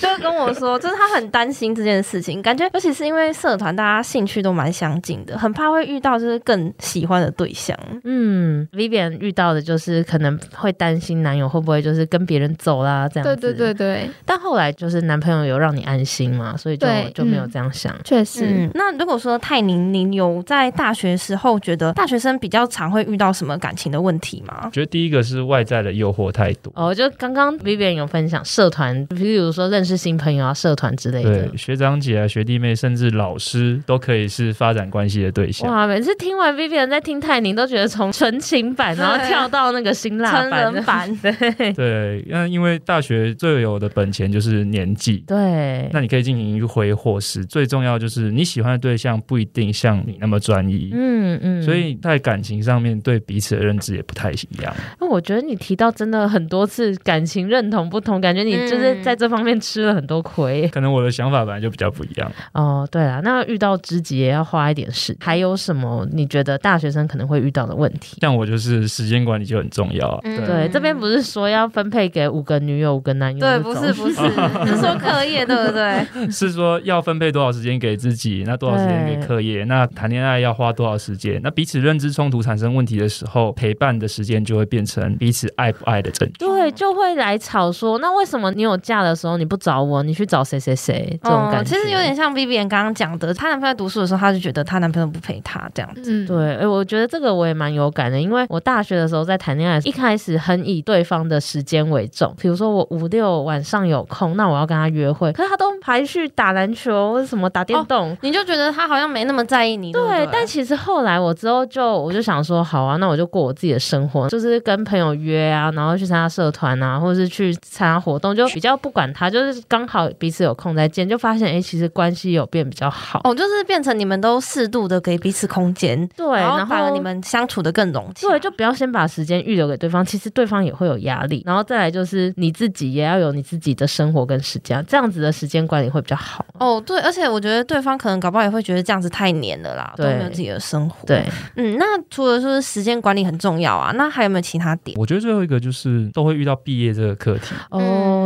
就会跟我说，就是他很担心这件事情，感觉尤其是因为社团大家兴趣都蛮相近的，很怕会遇到就是更喜欢的对象。
嗯，Vivian 遇到的就是可能会担心男友会不会就是跟别人走啦这样
对
子。
对对。对，
但后来就是男朋友有让你安心嘛，所以就
对
就没有
嗯
这样想。
确实。
嗯，那如果说泰宁，您有在大学时候觉得大学生比较常会遇到什么感情的问题吗？
觉得第一个是外在的诱惑太多。
哦，就刚刚 Vivian 有分享社团，比如说认识新朋友啊、社团之类的
对。学长姐啊、学弟妹，甚至老师，都可以是发展关系的对象。
哇，每次听完 Vivian 在听泰宁，都觉得从纯情版，然后跳到那个辛辣
成
版
人。版，
[LAUGHS]
对，那因为大学最有的本钱就是年纪，
对，
那你可以进行一挥霍时。最重要就是你喜欢的对象不一定像你那么专一，
嗯嗯，
所以在感情上面对彼此的认知也不太一样。
嗯
那我觉得你提到真的很多次感情认同不同，感觉你
嗯
就是在这方面吃了很多亏。
[LAUGHS] 可能我的想法本来就比较不一样。
哦，对了，那遇到知己也要花一点事。还有什么你觉得大学生可能会遇到的问题？
像我就是时间管理就很重要啊。
嗯
对，这边不是说要分配给五个女友、五个男友
对，
这种？
不是不是， [LAUGHS] 是说课业对不 [LAUGHS] 对？
是说要分配多少时间给自己，那多少时间给课业，那谈恋爱要花多少时间？那彼此认知冲突产生问题的时候，陪伴的时间就会变成彼此爱不爱的证据。
对，就会来吵说，那为什么你有假的时候你不找我，你去找谁谁谁这种感
嗯
觉？
其实有点像 Vivian 刚刚讲的，她男朋友读书的时候，她就觉得她男朋友不陪她这样。
嗯，
对，哎，我觉得这个我也蛮有感的，因为我大学的时候在谈恋爱，一开始很以对方的时间为重，比如说我五六晚上有空，那我要跟他约会，可是他都排序打篮球或者什么打电动。
你就觉得她好像没那么在意你，哦对不
对
对，，
但其实后来我之后就我就想说，好啊，那我就过我自己的生活，就是跟朋友约啊，然后去参加社团啊，或者是去参加活动，就比较不管他，就是刚好彼此有空再见，就发现哎，诶其实关系有变比较好。
哦，就是变成你们都适度的给彼此空间，
对，
然
然
后
后
反而你们相处的更融洽。
对，就不要先把时间预留给对方，其实对方也会有压力。然后再来就是你自己也要有你自己的生活跟时间，这样子的时间管理会比较好。
哦，对，而且我觉得对方可能搞不好也会觉得这样子太黏了啦，都
对
没有自己的生活。，
对，
嗯，那除了说时间管理很重要啊，那还有没有其他点？
我觉得最后一个就是都会遇到毕业这个课题。
哦，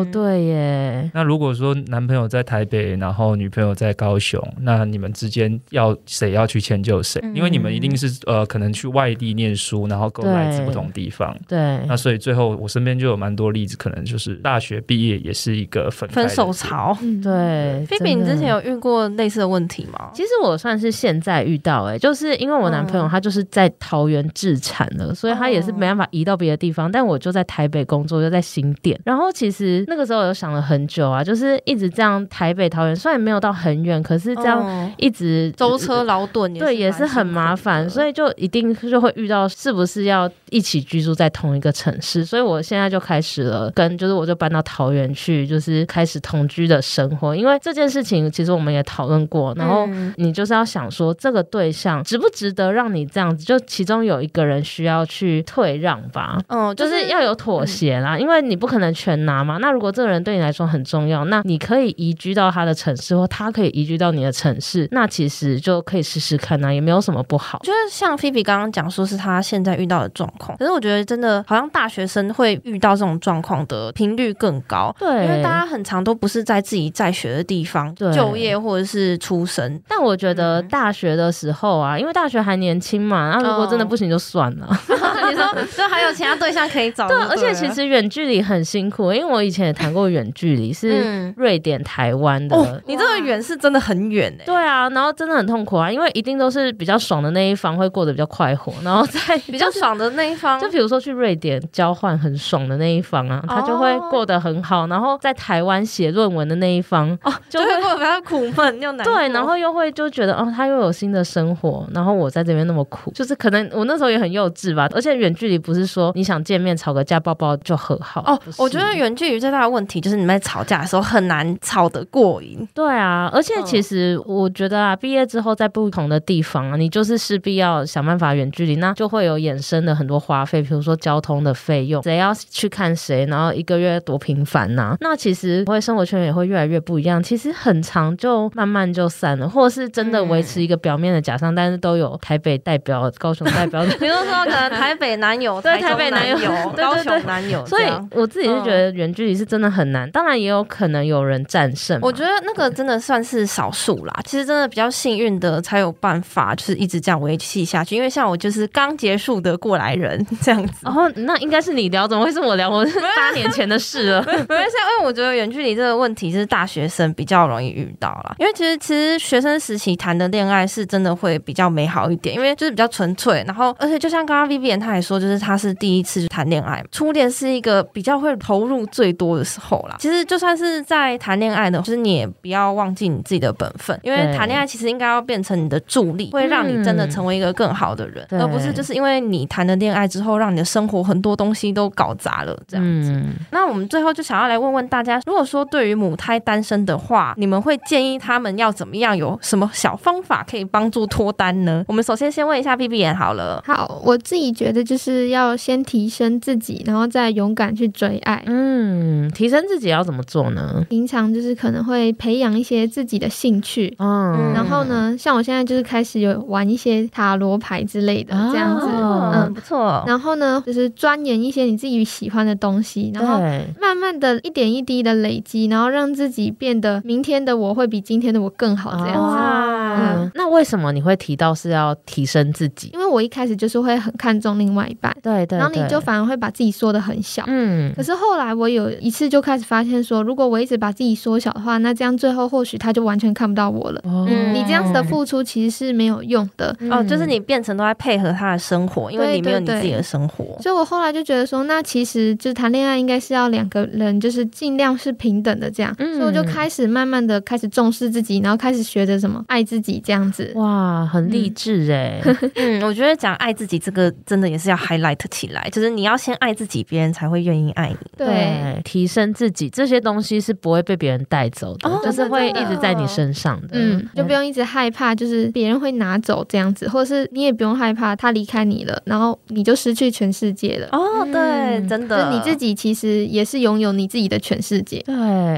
嗯
对耶，
那如果说男朋友在台北，然后女朋友在高雄，那你们之间要谁要去迁就谁？
嗯
因为你们一定是呃，可能去外地念书，然后够来自不同地方。
嗯
对
那所以最后我身边就有蛮多例子，可能就是大学毕业也是一个分开
分
的
手
事
潮。
嗯，
对。
菲比，
真
你
的
之前有遇过类似的问题吗？
其实我算是现在遇到、欸，就是因为我男朋友
嗯哦
他就是在桃园置产了，所以他也是没办法移到别的地方，但我就在台北工作，就在新店。然后其实那个时候有想了很久啊，就是一直这样台北桃园，虽然没有到很远，可是这样
嗯
一直
舟车劳顿，
对，也是很麻烦，所
以
以就一定就会遇到是不是要一起居住在同一个城市，所以我现在就开始了跟就是我就搬到桃园去，就是开始同居的生活，因为这件事情其实我们也讨论过，
嗯
然后。你就是要想说，这个对象值不值得让你这样子？就其中有一个人需要去退让吧，
嗯，
就
就是是
要有妥协啦，因为你不可能全拿嘛。那如果这个人对你来说很重要，那你可以移居到他的城市，或他可以移居到你的城市，那其实就可以试试看啊呐、也没有什么不好
我。觉得像菲比刚刚讲说是她现在遇到的状况，可是我觉得真的好像大学生会遇到这种状况的频率更高。
对，
因为大家很常都不是在自己在学的地方
对
就业或者是出生， [LAUGHS]
但我觉得
嗯
大学的时候啊，因为大学还年轻嘛，那、如果真的
哦
不行就算了。
你说就还有其他对象可以找
[LAUGHS] 对啊，而且其实远距离很辛苦，因为我以前也谈过远距离，是
嗯
瑞典、台湾的。
哦，你这个远是真的很远哎、
对啊，然后真的很痛苦啊，因为一定都是比较爽的那一方会过得比较快活，然后再
比较爽的那一方
就比如说去瑞典交换很爽的那一方
哦
啊，他就会过得很好，然后在台湾写论文的那一方，哎
哦，就会过得比较苦闷又难过
对，然后又会就觉得哦，他又有新的生活，然后我在这边那么苦，就是可能我那时候也很幼稚吧，而且远距离不是说你想见面吵个架抱抱就和好
哦
不，是
我觉得远距离最大的问题就是你们在吵架的时候很难吵得过瘾。
对啊，而且
嗯
其实我觉得啊，毕业之后在不同的地方啊，你就是势必要想办法远距离，那就会有衍生的很多花费，比如说交通的费用，谁要去看谁，然后一个月多频繁呐、那其实会生活圈也会越来越不一样，其实很长就慢慢就散了，或者是真的维
嗯
持一个表面的假象，但是都有台北代表、高雄
[LAUGHS]
代表的
[LAUGHS] 比如说，可能台北男友、
对
中
台北男
男
友对对
高
对
雄男友，
所以
这样
我自己是
嗯
觉得远距离是真的很难，当然也有可能有人战胜嘛。
我觉得那个真的算是少数啦。其实真的比较幸运的才有办法，就是一直这样维系下去。因为像我就是刚结束的过来人这样子。
然后那应该是你聊，怎么会是我聊？我是八年前的事了。
[LAUGHS] 没关系啊，因为我觉得远距离这个问题是大学生比较容易遇到啦。因为其实其实学生时期谈的恋爱是真的会比较美好一点，因为就是比较纯粹。然后而且就像刚刚 Vivian 她也说，就是她是第一次去谈恋爱，初恋是一个比较会投入最多的时候啦。其实就算是在谈恋爱呢，就是你也不要忘记你自己的本分，因为
对
谈恋爱其实应该要变成你的助力，会让你真的成为一个更好的人，
对
而不是就是因为你谈了恋爱之后，让你的生活很多东西都搞砸了这样子。
嗯，
那我们最后就想要来问问大家，如果说对于母胎单身的话，你们会建议他们要怎么样？有什么小方法可以帮助脱单呢？ [LAUGHS] 我们首先先问一下 B B 眼好了。
好，我自己觉得就是要先提升自己，然后再勇敢去追爱。
嗯，提升自己要怎么做呢？
平常就是可能会培养一些自己的兴趣，
嗯，
然后呢，像我现在就是开始有玩一些塔罗牌之类的这样子，
哦
嗯，不错。
然后呢，就是钻研一些你自己喜欢的东西，然后
对
慢慢的一点一滴的累积，然后让自己变得明天的我会比今天的我更好
嗯
这样
啊
子。
哇
嗯
那为什么你会提到是要提升自己？
因为我一开始就是会很看重另外一半，
对对，
然后你
对
就反而会把自己缩得很小。
嗯
可是后来我有一次就开始发现说，如果我一直把自己缩小的话，那这样最后或许他就完全看不到我了。
哦
嗯
你这样子的付出其实是没有用的，
哦，就是你变成都在配合他的生活，因为你没有你自己的生活。
所以我后来就觉得说，那其实就是谈恋爱应该是要两个人就是尽量是平等的这样，
嗯
所以我就开始慢慢的开始重视自己，然后开始学着什么爱自己这样子。
哇，很励志哎。
嗯，我觉得讲爱自己这个真的也是要 [LAUGHS] highlight 起来，就是你要先爱自己，别人才会愿意爱你。
对，
提升自己这些东西是不会被别人带走的，
哦
就是会
真的
一直在你身上的。
嗯，就不用一直害怕，就是别人会拿走这样子，或者是你也不用害怕他离开你了，然后你就失去全世界了。
哦，对，
嗯
真
就是
的，
你自己其实也是拥有你自己的全世界。
对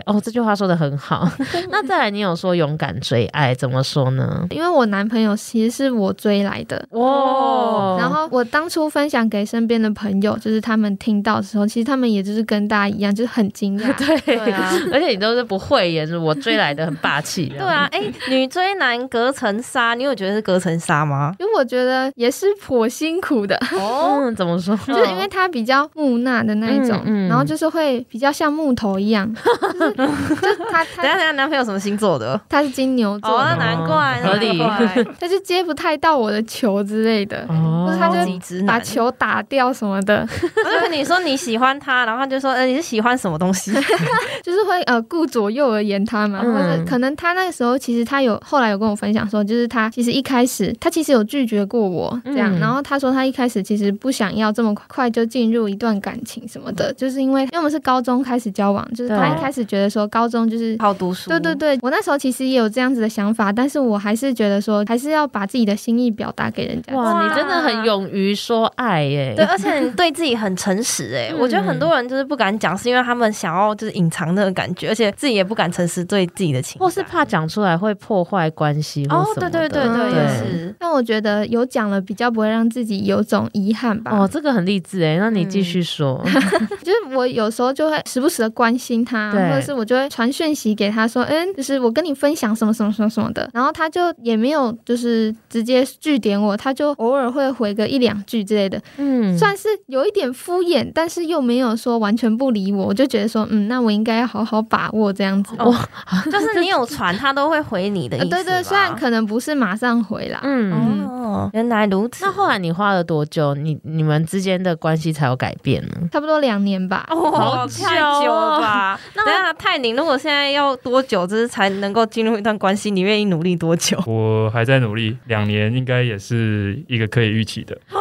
哦，这句话说的很好。那再来，你有说勇敢追爱，怎么说呢？
因为我男朋友其实是我追来的，
哇，
然后我当初分享给身边的朋友，就是他们听到的时候，其实他们也就是跟大家一样，就是很惊
[LAUGHS]
讶。
对，
对 [LAUGHS] 啊。
而且你都是不 [LAUGHS] 会演，我追来的很霸气。对啊
对啊，，哎、女追男隔层纱，你有觉得是隔层纱答吗？
因为我觉得也是颇辛苦的，
哦，
嗯，怎么说？
就是因为它比较木讷的那一种，
嗯嗯
然后就是会比较像木
[LAUGHS]
头一样，就是就他
等一下
他
等一下，男朋友什么星座的？
他是金牛座
哦，那
的，
难怪，
合理
难
[LAUGHS]
怪
他就接不太到我的球之类的，
哦
或者他
超
就
级直
把
男。 [LAUGHS]
球打掉什么的，
我就跟你说你喜欢他，然后他就说，呃，你是喜欢什么东西？
就是会呃顾左右而言他嘛，
嗯
或者可能他那个时候其实他有后来有跟我分享说，就是他其实一开始他其实有拒绝过我这样，
嗯
然后他说他一开始其实不想要这么快就进入一段感情什么的，就是因为因为我们是高中开始交往，就是他
嗯对啊
一开始觉得说高中就是。
好读书。
对对对，我那时候其实也有这样子的想法，但是我还是觉得说，还是要把自己的心意表达给人家。
哇，
哇
你真的很勇于说爱耶、
对，而且你对自己很诚实哎、
嗯
我觉得很多人就是不敢讲，是因为他们想要就是隐藏那个感觉，而且自己也不敢诚实对自己的情感，
或是怕讲出来会破坏关系或
哦，
什
对
么
对
的
对对，
对
也是。
但我觉得有讲了，比较不会让自己有种遗憾吧。
哦，这个很励志哎，那你继续说。
就是我有时候就会时不时的关心他，
对
或者是我就会传讯息给他说，嗯，就是我跟你分享什么什么什么什么的，然后他就也没有就是直接据点我，他就偶尔会回个一两句之类的，
嗯，
算是有一点敷衍，但是又没有说完全不理我，我就觉得说，嗯，那我应该要好好把握这样子。
哦就是你有传，他都会回你的意
呃
思吧。
对对，虽然可能不是马上回啦，
嗯。
哦，原来如此。
那后来你花了多久？你你们之间的关系才有改变呢？
差不多两年吧。
[LAUGHS] 哦，
好
太
久哦
久了吧？等一下泰宁，如果现在要多久，就是才能够进入一段关系？你愿意努力多久？
我还在努力，两年应该也是一个可以预期的。
[LAUGHS]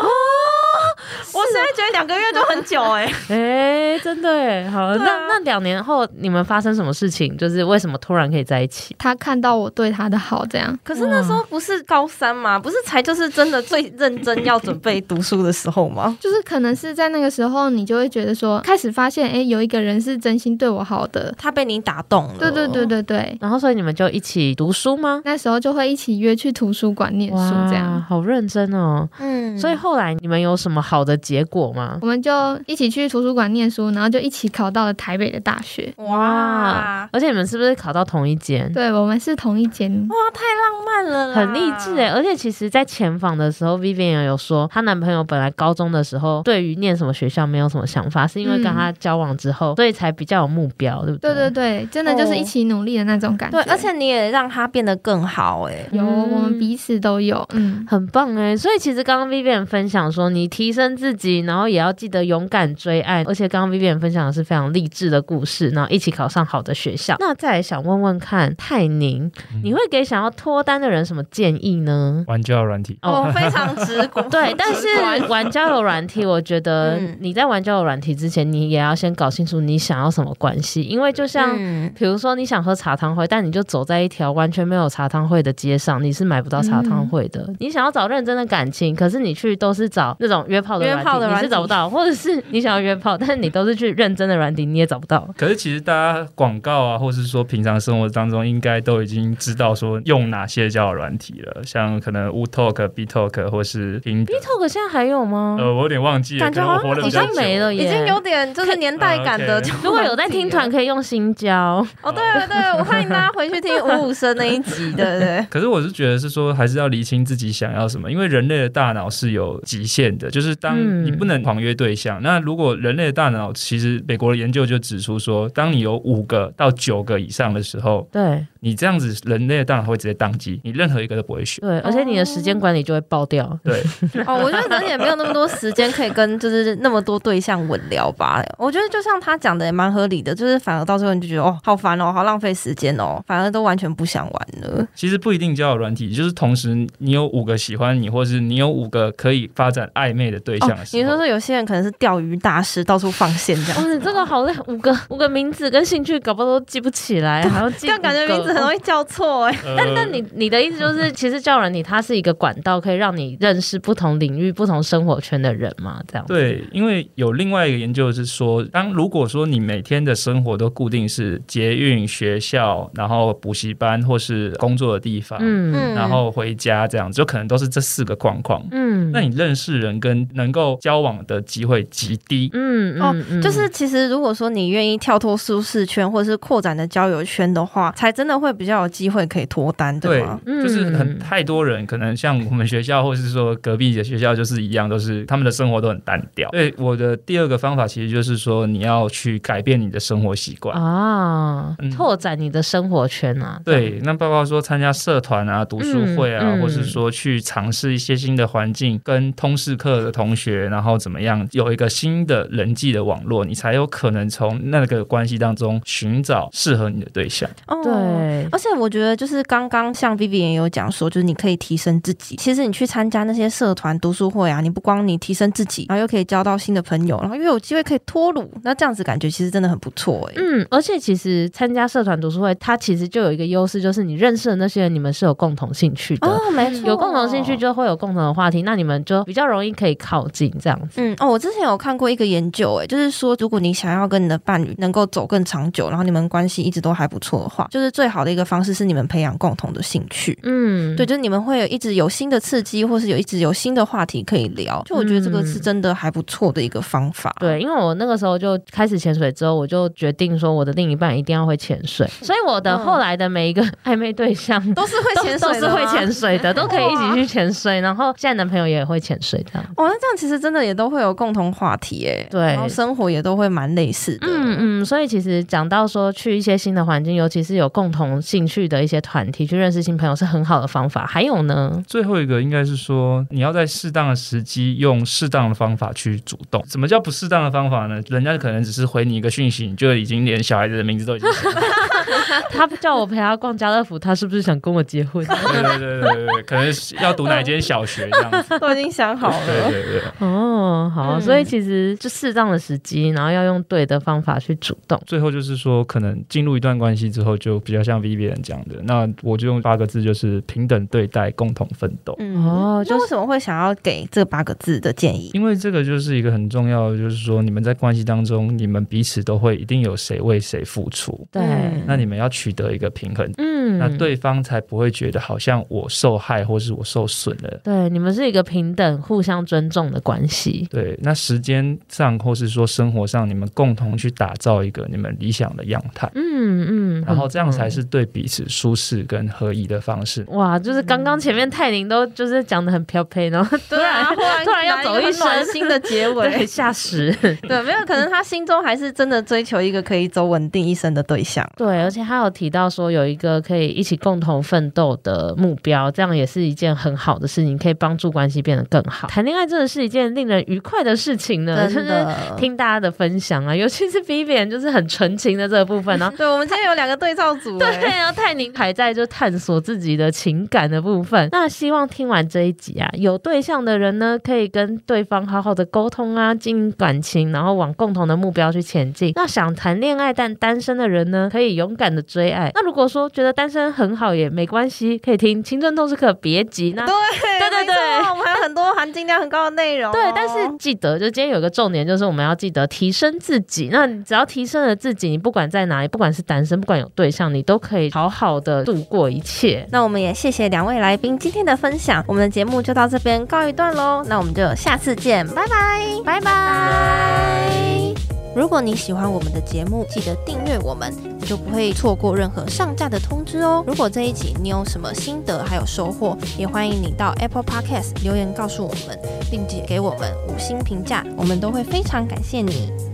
我现在觉得两个月就很久哎、 [LAUGHS]
哎、真的哎，好，
对啊
那那两年后你们发生什么事情？就是为什么突然可以在一起？
他看到我对他的好，这样
可是那时候不是高三吗？不是才就是真的最认真要准备读书的时候吗？
就是可能是在那个时候，你就会觉得说，开始发现，哎，有一个人是真心对我好的，
[LAUGHS] 他被你打动了，
对对对，对对，
然后所以你们就一起读书吗？
那时候就会一起约去图书馆念书
哇
这样。
好认真哦。
嗯
所以后来你们有什么好的结果吗？
我们就一起去图书馆念书，然后就一起考到了台北的大学。
哇
而且你们是不是考到同一
嗯
间？
对，啊我们是同一间。
哇，太浪漫了啦，
很励志
欸
哎！而且其实，在前访的时候，Vivian 有说，她男朋友本来高中的时候对于念什么学校没有什么想法，是因为跟她交往之后，所以才比较有目标，对不
对
对
对对，真的就是一起努力的那种感觉。
哦对，而且你也让他变得更好哎、
有
嗯
我们彼此都有，嗯，
很棒哎！所以其实刚刚 Vivian 分享说，你提升自己，然后也要记得勇敢追爱。而且刚刚 Vivian 分享的是非常励志的故事，然后一起考上好的学校。那再来想问问看，泰宁，
嗯
你会给想要脱单的人什么建议
[LAUGHS]
呢？
嗯玩交友软体，
哦，非常 [LAUGHS] 直观。
对，但是玩交友软体，我觉得
嗯
你在玩交友软体之前，你也要先搞清楚你想要什么关系，因为就像。
嗯
比如说你想喝茶汤会，但你就走在一条完全没有茶汤会的街上，你是买不到茶
嗯
汤会的。你想要找认真的感情，可是你去都是找那种约炮的软
约炮的
体，你
软
是找不到；或者是你想要约炮，但是你都是去认真的软体，你也找不到。
可是其实大家广告啊，或是说平常生活当中，应该都已经知道说用哪些交友软体了，像可能 U Talk、B Talk 或是 t i
B Talk 现在还有吗？
呃，我有点忘记了，
感
可
觉
能
好
我
像
活了比
好
较
像
久。啊
没了耶，
已经有点就是年代感的
嗯，
就
如果有在听
[LAUGHS]
团，可以用心交。
哦，对对对，我欢迎大家回去听五五声那一集，对对对。
可是我是觉得是说，还是要厘清自己想要什么，因为人类的大脑是有极限的，就是当
嗯
你不能狂约对象。那如果人类的大脑，其实美国的研究就指出说，当你有五个到九个以上的时候，
对
你这样子人类的大脑会直接宕机，你任何一个都不会
[LAUGHS]
选。
对，而且你的时间管理就会爆掉。
对，
[LAUGHS] 哦，我觉得人也没有那么多时间可以跟就是那么多对象稳聊吧。我觉得就像他讲的也蛮合理的，就是反而到最后你就觉得哦，好烦哦，好浪费时间哦，反而都完全不想玩了。
其实不一定交友软体，就是同时你有五个喜欢你，或是你有五个可以发展暧昧的对象
哦
的，时
你
候
说说有些人可能是钓鱼大师，到处放线这
哇，
样。
你这个好累，五个五个名字跟兴趣搞不好都记不起来，还要
这
记
样感觉名字很容
易。
易叫错哎、
呃
但但你你的意思就是，其实教人你它是一个管道，可以让你认识不同领域、不同生活圈的人嘛？这样子，
对，因为有另外一个研究是说，当如果说你每天的生活都固定是捷运、学校，然后补习班或是工作的地方，
欸
嗯
然后回家这样子，就可能都是这四个框框。
嗯，
那你认识人跟能够交往的机会极低。
嗯
哦
嗯嗯
就是其实如果说你愿意跳脱舒适圈，或者是扩展的交友圈的话，才真的社会比较有机会可以脱单，
对
吗？，
嗯
就是很太多人，可能像我们学校，或是说隔壁的学校，就是一样，都是他们的生活都很单调。所以我的第二个方法其实就是说，你要去改变你的生活习惯。
啊
嗯，
拓展你的生活圈啊。
对，那包括说参加社团啊、读书会啊，
嗯嗯
或是说去尝试一些新的环境，跟通识课的同学，然后怎么样有一个新的人际的网络，你才有可能从那个关系当中寻找适合你的对象。
哦
这样，对，
而且我觉得，就是刚刚像 Vivian 也有讲说，就是你可以提升自己。其实你去参加那些社团、读书会啊，你不光你提升自己，然后又可以交到新的朋友，然后又有机会可以脱乳，那这样子感觉其实真的很不错哎、
嗯，而且其实参加社团读书会，它其实就有一个优势，就是你认识的那些人，你们是有共同兴趣的。
哦，没错，
嗯有共同兴趣就会有共同的话题，那你们就比较容易可以靠近这样子。
嗯哦，我之前有看过一个研究，哎，就是说，如果你想要跟你的伴侣能够走更长久，然后你们关系一直都还不错的话，就是最好的一个方式是你们培养共同的兴趣。
嗯，
对，就是你们会有一直有新的刺激，或是有一直有新的话题可以聊。就我觉得这个是真的还不错的一个方法。
嗯对，因为我那个时候就开始潜水之后，我就决定说我的另一半一定要会潜水，所以我的
嗯
后来的每一个暧昧对象
[LAUGHS] 都是会
都
潜
都
水，
是会潜。水的，都可以一起去潜水，然后现在男朋友也会潜水这样。
哦，那这样其实真的也都会有共同话题哎，
对
然后生活也都会蛮类似的。
嗯嗯，所以其实讲到说去一些新的环境，尤其是有共同兴趣的一些团体，去认识新朋友是很好的方法。还有
[LAUGHS]
呢，
最后一个应该是说，你要在适当的时机用适当的方法去主动。什么叫不适当的方法呢？人家可能只是回你一个讯息，你就已经连小孩子的名字都已经想好了。
他叫我陪他逛家乐福，他是不是想跟我结婚？
对对对对对对，可能是要读哪间小学这样子。
都已经想好
对
了。
对对。
哦，好，
嗯
所以其实就适当的时机，然后要用对的方法去主动。
最后就是说，可能进入一段关系之后，就比较像 Vivian 讲的，那我就用八个字，就是平等对待，共同奋斗。
嗯
哦就
那为什么会想要给这八个字的建
[LAUGHS]
议？
因为这个就是一个很重要的，就是说你们在关系当中，你们彼此都会一定有谁为谁付出，
对，
嗯
那你们要取得一个平衡，
嗯，
那对方才不会觉得好像我受害或是我受损了。
对，你们是一个平等、互相尊重的关系。
对，那时间上或是说生活上，你们共同去打造一个你们理想的样态，
嗯嗯，
然后
很
这样才
棒
是对彼此舒适跟合宜的方式。
哇，就是刚刚前面泰宁都就是讲的很飘飘，然后突
对
然
啊，突然
突然要走一
生暖
生
心 [LAUGHS] 的结
对
尾，
吓死。
对，没有可能他心中还是真的追求一个可以走稳定一生的对象。
对，而且他有提到说有一个可以一起共同奋斗的目标，这样也是一件很好的事情，可以帮助关系变得更好。谈恋爱真的是一件令人愉快的事情呢，就
真
是
的，
听大家的分享啊， [LAUGHS] 尤其是 Vivian 就是很纯情的这个部
[LAUGHS]
分，然后。
对我们今天有两个对照组，
对，
哎，
然后泰宁还在就探索自己的情感的部分。那希望听完这一集啊，有对象的人呢，可以跟对方好好的沟通啊，经营感情，然后往共同的目标去前进。那想谈恋爱但单身的人呢，可以勇敢的追爱。那如果说觉得单身很好也没关系，可以听《青春透视课》，别急。
啊
那对对
没错
对
我们还有很多含金量很高的内容哦。
对，但是记得，就今天有个重点，就是我们要记得提升自己。那你只要提升了自己，你不管在哪里，不管是单身，不管有对象，你都可以好好的度过一切。
那我们也谢谢两位来宾今天的分享，我们的节目就到这边告一段喽。那我们就下次见，拜拜，拜拜。如果你喜欢我们的节目，记得订阅我们，你就不会错过任何上架的通知哦。如果这一集你有什么心得还有收获，也欢迎你到 Apple Podcast 留言告诉我们，并且给我们五星评价，我们都会非常感谢你。